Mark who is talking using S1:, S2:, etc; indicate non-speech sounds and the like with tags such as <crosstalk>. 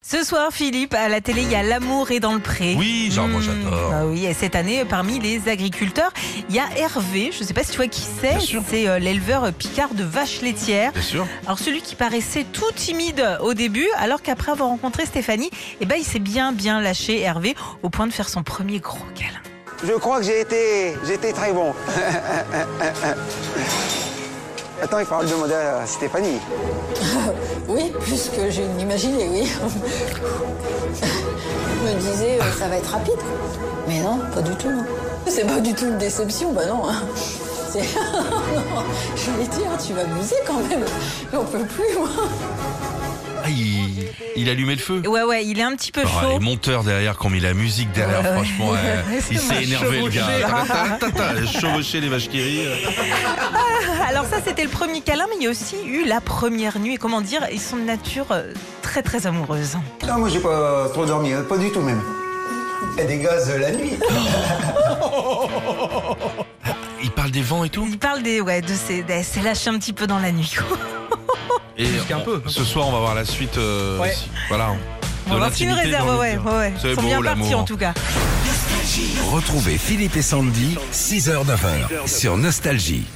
S1: Ce soir, Philippe, à la télé, il y a L'amour est dans le pré.
S2: Oui, genre, moi, j'adore.
S1: Bah oui, et cette année, parmi les agriculteurs, il y a Hervé, je ne sais pas si tu vois qui c'est,
S2: Bien sûr.
S1: c'est euh, l'éleveur picard de vaches laitières.
S2: Bien sûr.
S1: Alors celui qui paraissait tout timide au début, alors qu'après avoir rencontré Stéphanie, eh ben, il s'est bien bien lâché, Hervé, au point de faire son premier gros câlin.
S3: Je crois que j'ai été, j'ai été très <laughs> bon. Attends, il faudra le demander à Stéphanie.
S4: Oui, puisque j'ai imaginé, oui. Je me disais, euh, ça va être rapide. Mais non, pas du tout. non. C'est pas du tout une déception, bah non. hein. C'est- <laughs> Non, je lui ai dit, Ah, tu vas abuser quand même. J'en peux plus, moi.
S2: Ah, il, il allumait le feu.
S1: Ouais, ouais, il est un petit peu
S2: Alors,
S1: chaud.
S2: les monteurs derrière, quand mis la musique derrière, franchement, euh, il s'est énervé le gars. Tata, tata, tata, Chevaucher les vaches qui rient.
S1: Alors ça, c'était le premier câlin, mais il y a aussi eu la première nuit. Et comment dire, ils sont de nature euh, très très amoureuse.
S3: Non, moi j'ai pas trop dormi, hein, pas du tout même. Elle dégage la nuit.
S2: Il parle des vents et tout.
S1: Il parle des, ouais, de ces, des- c'est lâché un petit peu dans la nuit. quoi.
S2: Et
S5: Jusqu'un
S2: on-
S5: peu.
S2: Ce soir, on va voir la suite. euh,
S5: Ouais.
S2: aussi. Voilà.
S1: On
S2: De
S1: va voir ce qu'il nous
S2: l'intimité dans
S1: réserve,
S2: le-
S1: ouais, ouais, ouais.
S2: C'est
S1: Ils sont
S2: beau,
S1: bien partis
S2: l'amour. hein.
S1: en tout cas.
S6: Retrouvez Philippe et Sandy, 6h-9h, sur Nostalgie.